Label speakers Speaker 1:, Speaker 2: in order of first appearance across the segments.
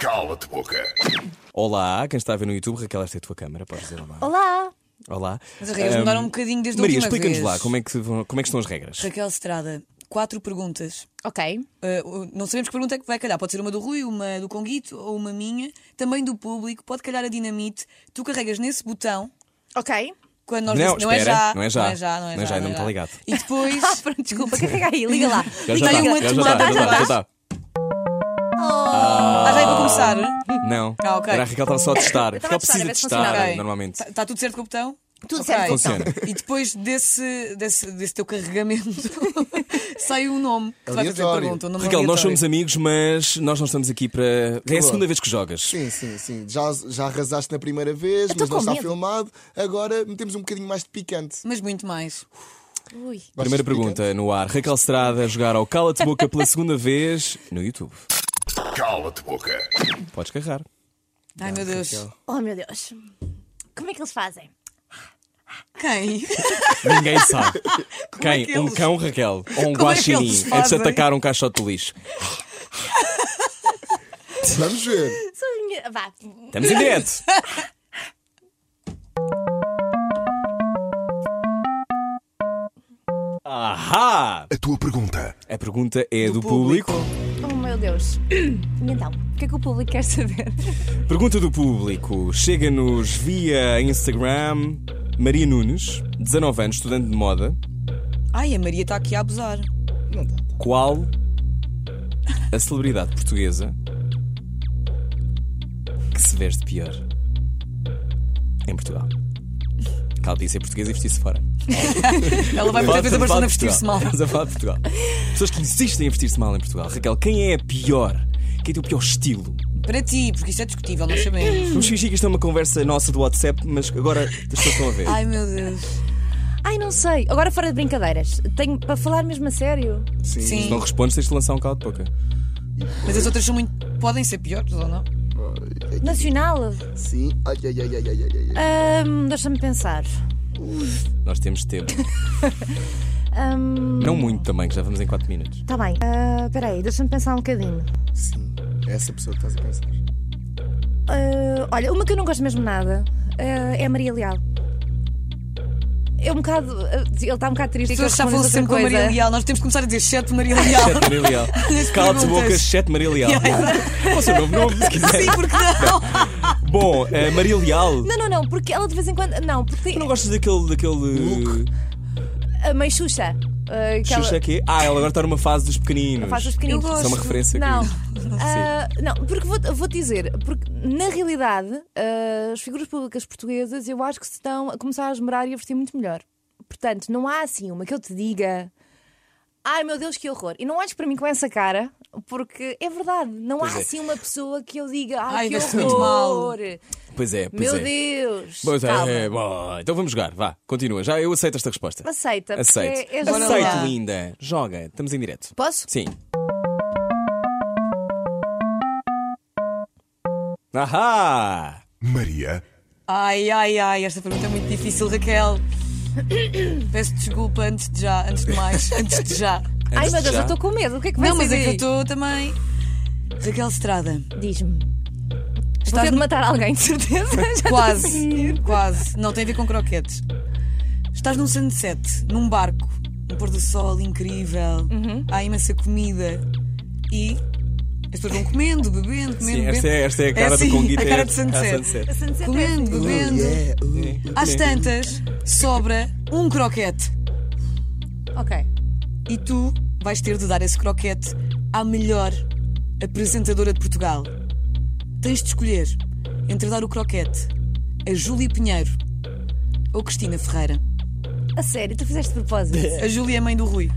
Speaker 1: Cala-te, boca.
Speaker 2: Olá, quem está a ver no YouTube, Raquel, esta é a tua câmara, podes dizer olá.
Speaker 3: Olá!
Speaker 4: Oh,
Speaker 2: Olá.
Speaker 4: As regras
Speaker 2: Ahm,
Speaker 4: mudaram um bocadinho desde a
Speaker 2: Maria,
Speaker 4: última
Speaker 2: explica-nos
Speaker 4: vez.
Speaker 2: lá como é, que, vão- como é que estão as regras.
Speaker 4: Raquel Estrada, quatro perguntas.
Speaker 3: Ok.
Speaker 4: Ah, o- não sabemos que pergunta é que vai calhar. Pode ser uma do Rui, uma do Conguito ou uma minha. Também do público. Pode calhar a dinamite. Tu carregas nesse botão.
Speaker 3: Ok.
Speaker 4: Quando nós
Speaker 2: Não,
Speaker 4: é
Speaker 2: espera,
Speaker 4: já.
Speaker 2: não é já.
Speaker 4: Não é já, não é
Speaker 2: Não é já, ainda não está ligado.
Speaker 4: E depois.
Speaker 3: Ah, Pronto, desculpa, carrega é aí, liga lá.
Speaker 2: Já
Speaker 4: Liga
Speaker 2: já
Speaker 4: aí
Speaker 2: está,
Speaker 4: uma
Speaker 2: já já
Speaker 4: tomada,
Speaker 2: está, já
Speaker 4: já
Speaker 2: está,
Speaker 4: tá.
Speaker 2: já tá.
Speaker 4: está?
Speaker 2: está.
Speaker 4: Ah, já é para começar.
Speaker 2: Não,
Speaker 4: Ah, ok.
Speaker 2: era a Raquel estava só a testar.
Speaker 3: estava
Speaker 2: Raquel
Speaker 3: a testar, a
Speaker 2: precisa
Speaker 3: ver se
Speaker 2: testar,
Speaker 3: funcionava.
Speaker 2: tá, normalmente.
Speaker 4: Está Tá, tudo certo com o botão?
Speaker 3: Tudo
Speaker 4: Ok.
Speaker 3: certo então. com o botão.
Speaker 2: Funciona.
Speaker 4: E depois desse, desse, desse teu carregamento sai um nome
Speaker 3: É
Speaker 4: que tu vais fazer
Speaker 5: Aleatório.
Speaker 4: pergunta. Um nome
Speaker 2: Raquel, nós
Speaker 4: aleatório.
Speaker 2: somos amigos, mas nós não estamos aqui para. É a segunda vez que jogas.
Speaker 5: Sim, sim, sim. Já, já arrasaste na primeira vez,
Speaker 3: Eu tô
Speaker 5: mas não
Speaker 3: com
Speaker 5: está
Speaker 3: medo.
Speaker 5: filmado. Agora metemos um bocadinho mais de picante.
Speaker 4: Mas muito mais.
Speaker 3: Ui.
Speaker 2: Primeira
Speaker 5: Gostas de picante?
Speaker 2: pergunta no ar. Raquel Estrada a jogar ao Cala-te Boca pela segunda vez no YouTube.
Speaker 1: Cala-te, boca.
Speaker 2: Podes carregar.
Speaker 4: Ai meu Deus.
Speaker 3: Oh meu Deus. Como é que eles fazem?
Speaker 4: Quem?
Speaker 2: Ninguém sabe. Quem?
Speaker 4: é que
Speaker 2: um
Speaker 4: eles-
Speaker 2: cão, Raquel? Ou um
Speaker 4: Como é que eles
Speaker 2: guaxinim? É de se
Speaker 4: fazem?
Speaker 2: atacar um caixote de lixo.
Speaker 5: Vamos ver.
Speaker 3: Sou a minha- Vá.
Speaker 2: Estamos em direto. Ahá!
Speaker 1: A tua pergunta.
Speaker 2: A pergunta é do, público.
Speaker 3: Oh meu Deus. E então, o que é que o público quer saber?
Speaker 2: Pergunta do público. Chega-nos via Instagram Maria Nunes, 19 anos, estudante de moda.
Speaker 4: Ai, a Maria está aqui a abusar.
Speaker 2: Qual a celebridade portuguesa que se veste pior em Portugal? Cal disse é portuguesa e vestir-se fora.
Speaker 4: Ela vai muitas vezes a
Speaker 2: Estamos falar
Speaker 4: Barcelona
Speaker 2: de
Speaker 4: vestir-se
Speaker 2: Portugal.
Speaker 4: mal.
Speaker 2: Estamos a falar de Portugal. Pessoas que insistem em vestir-se mal em Portugal. Raquel, quem é a pior? Quem tem o pior estilo?
Speaker 4: Para ti, porque isto é discutível, nós sabemos.
Speaker 2: Vamos fingir que isto é uma conversa nossa do WhatsApp, mas agora as pessoas estão a ver.
Speaker 4: Ai meu Deus.
Speaker 3: Ai, não sei. Agora fora de brincadeiras. Tenho para falar mesmo a sério.
Speaker 5: Sim.
Speaker 4: Sim.
Speaker 2: Não respondes, tens de lançar um caldo de boca.
Speaker 4: Mas as outras são muito. podem ser piores ou não?
Speaker 3: Nacional.
Speaker 5: Sim. Ai, ai, ai, ai, ai, ai, ai.
Speaker 3: Ahm, Deixa-me pensar.
Speaker 2: Nós temos tempo.
Speaker 4: Hum.
Speaker 2: Não muito também, que já vamos em 4 minutos.
Speaker 3: Tá bem. Ah, Espera aí, deixa-me pensar um bocadinho.
Speaker 5: Sim. É essa pessoa que estás a pensar.
Speaker 3: Ah, olha, uma que eu não gosto mesmo nada ah, é a Maria Leal. É um bocado. ah, ele está um bocado triste.
Speaker 4: As
Speaker 3: que eu
Speaker 4: pessoas já falam
Speaker 3: respondo
Speaker 4: sempre com a
Speaker 3: outra
Speaker 4: Maria
Speaker 3: coisa.
Speaker 4: Leal. Nós temos de começar a dizer exceto Maria Leal.
Speaker 2: 7 Maria Leal. Cala-te boca, 7 Maria Leal. Pode ser o novo nome, se quiser.
Speaker 4: Sim, porque não?
Speaker 2: Bom, eh, Maria Leal.
Speaker 3: Não, não, não, porque ela de vez em quando. Não, porque
Speaker 2: Tu não gostas daquele. daquele
Speaker 5: Look.
Speaker 3: a mãe Xuxa. ah, que ela-
Speaker 2: Xuxa aqui? Ah, ela agora está numa fase dos pequeninos.
Speaker 3: Faz os pequeninos.
Speaker 4: Eu gosto.
Speaker 2: Isso é uma referência que-
Speaker 3: Não,
Speaker 2: Sim.
Speaker 3: Ah, não porque vou- vou-te dizer, porque na realidade ah, as figuras públicas portuguesas eu acho que se estão a começar a esmerar e a vestir muito melhor. Portanto, não há assim uma que eu te diga. Ai meu Deus, que horror! E não olhes para mim com essa cara, porque é verdade, não há
Speaker 2: é.
Speaker 3: assim uma pessoa que eu diga ai,
Speaker 4: Ai,
Speaker 3: que
Speaker 4: veste muito mal.
Speaker 3: horror!
Speaker 2: Pois é, pois
Speaker 3: Meu
Speaker 2: é.
Speaker 3: Deus!
Speaker 2: Pois
Speaker 3: Calma.
Speaker 2: é, bom. Então vamos jogar, vá, continua. Já eu aceito esta resposta.
Speaker 3: Aceita, porque
Speaker 2: Aceito.
Speaker 3: é- é
Speaker 4: Bora
Speaker 2: aceito,
Speaker 4: lá.
Speaker 2: linda. Joga, estamos em direto.
Speaker 3: Posso?
Speaker 2: Sim. Ahá!
Speaker 1: Maria.
Speaker 4: Ai, ai, ai, esta pergunta é muito difícil, Raquel. Peço desculpa antes de já, antes de mais, antes de já.
Speaker 3: Ai
Speaker 2: Antes
Speaker 3: meu
Speaker 2: de
Speaker 3: Deus,
Speaker 2: já.
Speaker 3: eu estou com medo, o que é que vai
Speaker 4: Não, mas
Speaker 3: ser
Speaker 4: é que eu
Speaker 3: daí?
Speaker 4: estou também. Raquel Estrada,
Speaker 3: Diz-me. Vou
Speaker 4: Estás
Speaker 3: ter de
Speaker 4: no-
Speaker 3: matar alguém, de certeza. Já estou a
Speaker 4: quase, quase. Não tem a ver com croquetes. Estás num sunset, num barco, um pôr do sol incrível,
Speaker 3: Uhum.
Speaker 4: há imensa comida e as pessoas vão comendo, bebendo, comendo,
Speaker 2: Sim,
Speaker 4: bebendo.
Speaker 2: esta é, esta é a cara
Speaker 4: assim,
Speaker 2: do Conguito.
Speaker 4: A
Speaker 2: é-
Speaker 4: cara de
Speaker 2: é a
Speaker 4: sunset.
Speaker 2: sunset.
Speaker 3: Sunset é
Speaker 4: Comendo,
Speaker 3: assim.
Speaker 4: bebendo.
Speaker 5: Yeah. Uh.
Speaker 2: É.
Speaker 4: Às tantas, sobra um croquete.
Speaker 3: Ok.
Speaker 4: E tu vais ter de dar esse croquete à melhor apresentadora de Portugal. Tens de escolher entre dar o croquete a Júlia Pinheiro ou Cristina Ferreira.
Speaker 3: A sério, tu fizeste de propósito.
Speaker 4: A Júlia é mãe do Rui.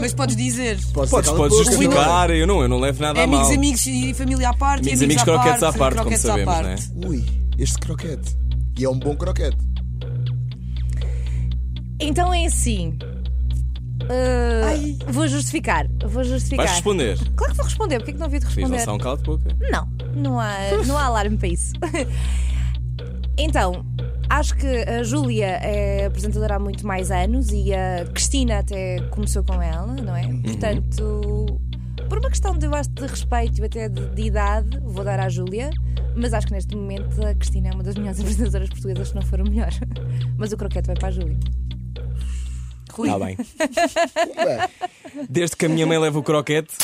Speaker 4: Mas podes dizer. é
Speaker 2: Podes,
Speaker 5: Podes, sacar
Speaker 2: podes
Speaker 5: um pouco,
Speaker 2: justificar, eu não, eu não levo
Speaker 3: É
Speaker 2: nada a
Speaker 4: amigos,
Speaker 2: mal.
Speaker 4: amigos e família à parte.
Speaker 2: Amigos,
Speaker 4: e amigos,
Speaker 2: amigos, croquetes à
Speaker 4: à
Speaker 2: parte,
Speaker 4: parte,
Speaker 2: como
Speaker 4: croquetes à
Speaker 2: sabemos,
Speaker 4: parte.
Speaker 5: não é? Ui, este croquete. E é um bom croquete.
Speaker 3: Então é assim. Uh, vou justificar. Vou justificar.
Speaker 2: Vais responder.
Speaker 3: Claro que vou responder, porque é que não havia de
Speaker 2: Tens
Speaker 3: responder?
Speaker 2: lançar um caldo de boca.
Speaker 3: Não, não há, não há alarme para isso. Então, acho que a Júlia é apresentadora há muito mais anos e a Cristina até começou com ela, não é? Portanto, por uma questão de, eu acho, de respeito e até de, de idade, vou dar à Júlia, mas acho que neste momento a Cristina é uma das melhores apresentadoras portuguesas, se não for a melhor. Mas o croquete vai para a Júlia.
Speaker 4: Rui,
Speaker 2: Está é? Tá bem.
Speaker 5: Pumba.
Speaker 2: Desde que a minha mãe leva o croquete.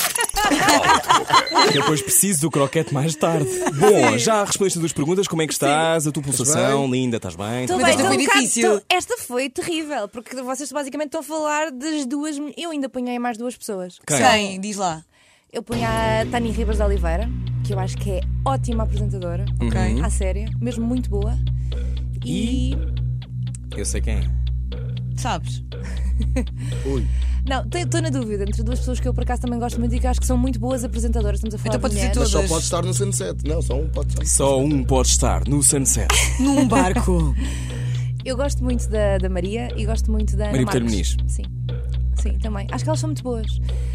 Speaker 2: Depois preciso do croquete mais tarde. Bom, já respondeste as duas perguntas: como é que estás? A tua pulsação, linda, estás bem? é
Speaker 3: Tô
Speaker 2: Estás bem?
Speaker 4: bem, esta
Speaker 3: tô
Speaker 4: foi
Speaker 3: um bocado-
Speaker 4: difícil.
Speaker 3: tô- esta foi terrível, porque vocês basicamente estão a falar das duas. mu- Eu ainda apanhei mais duas pessoas.
Speaker 2: Quem?
Speaker 4: quem? Diz lá.
Speaker 3: Eu ponho a Tani Ribas de Oliveira, que eu acho que é ótima apresentadora,
Speaker 2: Uhum.
Speaker 4: Ok.
Speaker 3: à séria, mesmo muito boa. E.
Speaker 2: Eu sei quem é.
Speaker 4: Sabes?
Speaker 5: Ui.
Speaker 3: Não, estou na dúvida entre duas pessoas que eu por acaso também gosto muito e que acho que são muito boas apresentadoras. Estamos a falar
Speaker 4: Então
Speaker 3: de
Speaker 4: podes dizer
Speaker 3: mulheres.
Speaker 5: Mas só
Speaker 4: Todas.
Speaker 5: pode estar no sunset. Não, só um pode estar.
Speaker 2: Só um pode estar no Sunset.
Speaker 4: Num barco.
Speaker 3: Eu gosto muito da, da Maria e gosto muito da Ana
Speaker 2: Maria Botelho
Speaker 3: Marques.
Speaker 2: Muniz.
Speaker 3: Sim. Sim, também. Acho que elas são muito boas.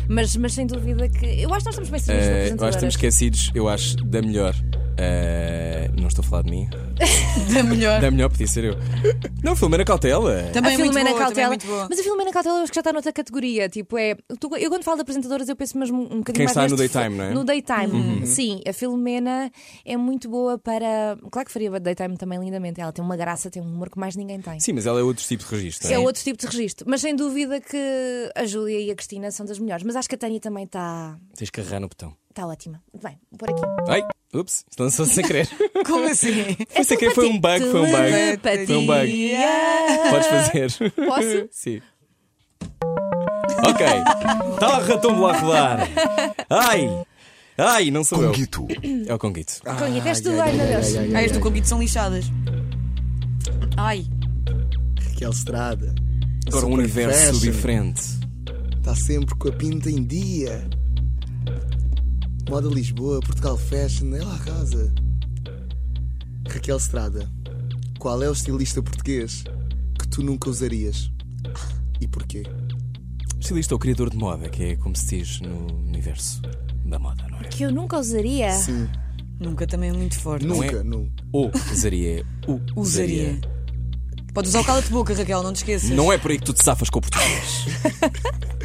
Speaker 3: Mas, mas sem dúvida que. Eu acho que nós estamos bem servidos
Speaker 2: Eh,
Speaker 3: de
Speaker 2: eu acho que
Speaker 3: apresentadoras.
Speaker 2: estamos esquecidos, eu acho, da melhor. Eh, não estou a falar de mim.
Speaker 4: da melhor.
Speaker 2: Da melhor podia ser eu. Não, Filomena Cautela.
Speaker 4: Também é
Speaker 3: a
Speaker 4: muito
Speaker 3: Filomena
Speaker 4: boa, também
Speaker 3: Cautela.
Speaker 4: muito boa.
Speaker 3: Mas a Filomena Cautela eu acho que já está noutra categoria. Tipo, é. tu- eu quando falo de apresentadoras, eu penso mesmo um
Speaker 2: Quem
Speaker 3: bocadinho mais
Speaker 2: está no
Speaker 3: neste-
Speaker 2: daytime, não é?
Speaker 3: No daytime.
Speaker 4: Uhum.
Speaker 3: Sim, a Filomena é muito boa para. Claro que faria daytime também lindamente. Ela tem uma graça, tem um humor que mais ninguém tem.
Speaker 2: Sim, mas ela é outro tipo de registro. não
Speaker 3: É outro tipo de registro. Mas sem dúvida que a Júlia e a Cristina são das melhores. Mas acho que a Tânia também está
Speaker 2: Tens que agarrar no botão.
Speaker 3: tá ótima. Bem, vou por aqui. É
Speaker 2: Ai, ups, lançou sem querer.
Speaker 4: Como assim?
Speaker 2: Foi sem querer, foi um bug, foi um bug. Foi um bug. Podes fazer.
Speaker 3: Posso?
Speaker 2: Sim. Ok. Está o ratão a rodar. Ai. Ai, não sou eu.
Speaker 1: Conguito.
Speaker 2: É o Conguito.
Speaker 3: Conhece és tu, ai meu Deus.
Speaker 4: Ah, este do convite são lixadas. Ai,
Speaker 5: Raquel Estrada.
Speaker 2: Agora um
Speaker 5: Super
Speaker 2: universo
Speaker 5: fashion.
Speaker 2: diferente.
Speaker 5: Está Tá sempre com a pinta em dia. Moda Lisboa, Portugal Fashion, é lá a casa. Raquel Estrada, qual é o estilista português que tu nunca usarias? E porquê?
Speaker 2: Estilista ou criador de moda, que é como se diz no universo da moda, não é?
Speaker 3: Que eu nunca usaria.
Speaker 5: Sim,
Speaker 4: nunca também é muito forte.
Speaker 5: nunca, nunca.
Speaker 2: Ou usaria. Ou
Speaker 4: Usaria. Podes usar o cala-te-boca, Raquel, não te esqueças.
Speaker 2: Não é por aí que tu te safas com o português.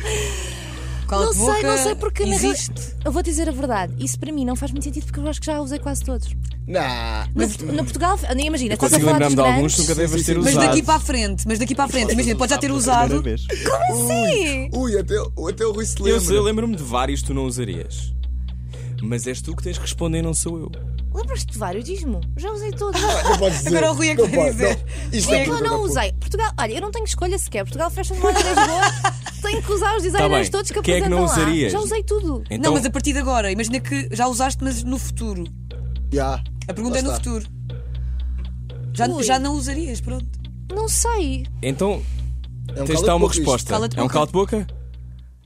Speaker 3: Não
Speaker 4: Cala-te-boca
Speaker 3: sei, não sei porque na real-
Speaker 4: existe.
Speaker 3: Eu vou dizer a verdade. Isso para mim não faz muito sentido porque eu acho que já usei quase todos.
Speaker 5: Nah.
Speaker 3: No, no Portugal, nem imagina, estás a
Speaker 2: Consigo
Speaker 3: falar dos
Speaker 2: lembrar-me de alguns que
Speaker 3: grandes.
Speaker 2: nunca deves ter
Speaker 4: Mas
Speaker 2: usado.
Speaker 4: daqui para a frente, mas daqui para a frente, imagina, podes já ter usado.
Speaker 3: Sim.
Speaker 5: Ui, até, até o Rui se
Speaker 2: Eu, sei, eu
Speaker 5: lembra.
Speaker 2: lembro-me de vários que tu não usarias. Mas és tu que tens que responder, não sou eu.
Speaker 3: Lembras-te de vários, diz-me. Já usei todos.
Speaker 5: Não podes dizer.
Speaker 4: Agora o Rui é que
Speaker 5: Não
Speaker 4: vai
Speaker 5: pode,
Speaker 4: dizer.
Speaker 5: não. Isto
Speaker 3: Porquê
Speaker 5: é
Speaker 3: é que eu
Speaker 5: pergunta
Speaker 3: não
Speaker 5: da
Speaker 3: usei? Portugal, olha, eu não tenho escolha sequer. Portugal Fashion Moda Lisboa. Tenho que usar os
Speaker 2: Tá
Speaker 3: designers
Speaker 2: bem.
Speaker 3: todos que
Speaker 2: Quem é que
Speaker 3: apresentam
Speaker 2: não
Speaker 3: lá.
Speaker 2: usarias?
Speaker 3: Já usei tudo.
Speaker 2: Então,
Speaker 4: Não, mas a partir de agora, imagina que já usaste, mas no futuro.
Speaker 5: puta. Já.
Speaker 4: A pergunta
Speaker 5: Lá
Speaker 4: é no
Speaker 5: está.
Speaker 4: futuro. Já,
Speaker 3: Ui.
Speaker 4: já não usarias, pronto.
Speaker 3: Não sei.
Speaker 2: então
Speaker 5: É um
Speaker 2: tens de
Speaker 5: cala-te-boca
Speaker 2: dar uma
Speaker 5: isto.
Speaker 2: resposta.
Speaker 4: Cala-te
Speaker 2: É um
Speaker 4: boca.
Speaker 2: cala-de-boca?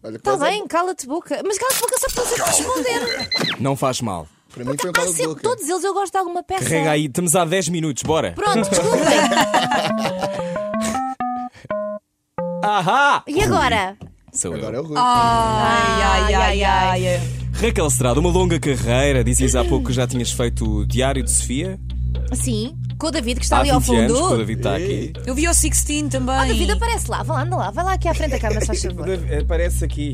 Speaker 5: Olha,
Speaker 3: Está
Speaker 5: quase é-
Speaker 3: Tá bem, cala-te boca. Mas cala-te boca só para você responder.
Speaker 2: Não faz mal.
Speaker 5: Para mim foi um
Speaker 3: Pá,
Speaker 5: cala de
Speaker 3: Então sempre,
Speaker 5: boca.
Speaker 3: todos eles eu gosto de alguma peça.
Speaker 2: Carrega aí, estamos há 10 minutos, bora.
Speaker 3: Pronto, desculpem.
Speaker 2: Ahá!
Speaker 3: E agora?
Speaker 2: Sou
Speaker 5: Agora é
Speaker 2: eu.
Speaker 5: o Rui.
Speaker 4: Ai, ai, ai, ai.
Speaker 2: Raquel Estrada, uma longa carreira. Dizias há pouco que já tinhas feito o Diário de Sofia.
Speaker 3: Sim, com o David que está
Speaker 2: Há
Speaker 3: ali ao
Speaker 2: 20 anos,
Speaker 3: fundo.
Speaker 2: que o David está aqui.
Speaker 4: Eu vi o 16 também.
Speaker 3: O David aparece lá, vai lá, anda lá, vai lá aqui à frente da câmara, se faz favor.
Speaker 2: Aparece eh, aqui.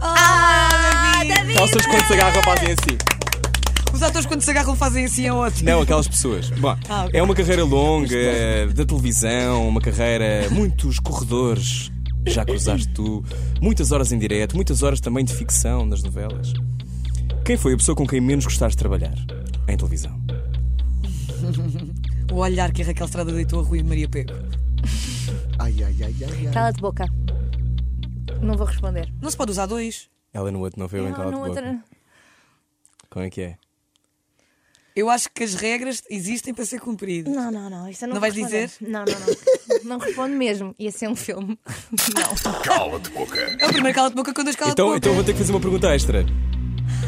Speaker 4: Ah, David.
Speaker 2: Calças quando se agarram fazem assim.
Speaker 4: Os atores quando se agarram fazem assim a outro.
Speaker 2: Não, aquelas pessoas. Bom,
Speaker 4: Ah, ok.
Speaker 2: é uma carreira longa da televisão, uma carreira, muitos corredores. Já cruzaste tu, muitas horas em direto, muitas horas também de ficção nas novelas. Quem foi a pessoa com quem menos gostaste de trabalhar em televisão?
Speaker 4: O olhar que a Raquel Estrada deitou a Rui Maria Pego.
Speaker 5: Ai, ai, ai, ai, ai.
Speaker 3: Cala-te boca. Não vou responder.
Speaker 4: Não se pode usar dois.
Speaker 2: Ela no outro não foi bem
Speaker 3: Não,
Speaker 2: calado
Speaker 3: não,
Speaker 2: de boca.
Speaker 3: outra-
Speaker 2: Como é que é?
Speaker 4: Eu acho que as regras existem para ser cumpridas.
Speaker 3: não, não, não, isso eu não
Speaker 4: Não
Speaker 3: vou
Speaker 4: vais
Speaker 3: responder.
Speaker 4: dizer?
Speaker 3: Não, não, não. Não respondo mesmo. Ia ser um filme. Não.
Speaker 1: Cala-te boca.
Speaker 4: É o primeiro cala de boca com dois cala de
Speaker 2: Então,
Speaker 4: boca.
Speaker 2: então vou ter que fazer uma pergunta extra.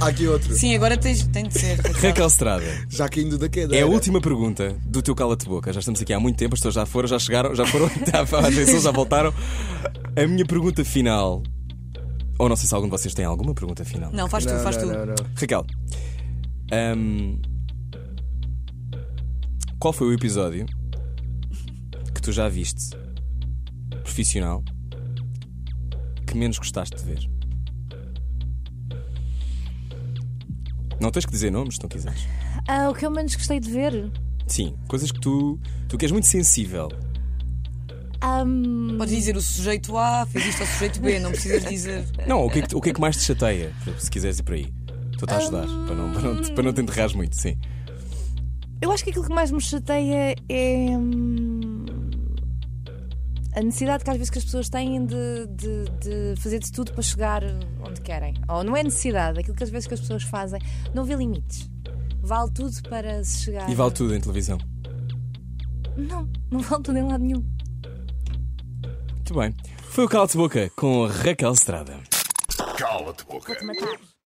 Speaker 5: Há aqui outro.
Speaker 4: Sim, agora tens, tem de ser. Raquel.
Speaker 2: Raquel Estrada,
Speaker 5: Já caindo da queda.
Speaker 2: é a última pergunta do teu cala-te-boca. Já estamos aqui há muito tempo, as pessoas já foram, já chegaram, já foram à atenção, já voltaram. A minha pergunta final. Ou não sei se algum de vocês tem alguma pergunta final.
Speaker 4: Não, faz tu,
Speaker 5: Não,
Speaker 4: faz tu.
Speaker 5: não, não, não.
Speaker 2: Raquel, hum, qual foi o episódio que tu já viste profissional que menos gostaste de ver? Não tens que dizer nomes se não quiseres.
Speaker 3: Ah, o que eu menos gostei de ver.
Speaker 2: Sim, coisas que tu. Tu que és muito sensível.
Speaker 3: Ahm,
Speaker 4: Podes dizer o sujeito A fez isto ao sujeito B, não precisas dizer.
Speaker 2: Não, o que é que, tu- o que, é que mais te chateia? Se quiseres ir por aí. Estou-te a ajudar, para, não, para, não te, para não te enterrares muito, sim.
Speaker 3: eu acho que aquilo que mais me chateia é. hum, a necessidade que às vezes que as pessoas têm de, de- de fazer de tudo para chegar onde querem. Ou não é necessidade, aquilo que às vezes que as pessoas fazem. Não vê limites. Vale tudo para se chegar.
Speaker 2: E vale tudo em televisão.
Speaker 3: Não, não vale tudo em lado nenhum.
Speaker 2: Muito bem. Foi o Cala de Boca com a Raquel Estrada.
Speaker 1: Cala-te boca.
Speaker 3: Matar.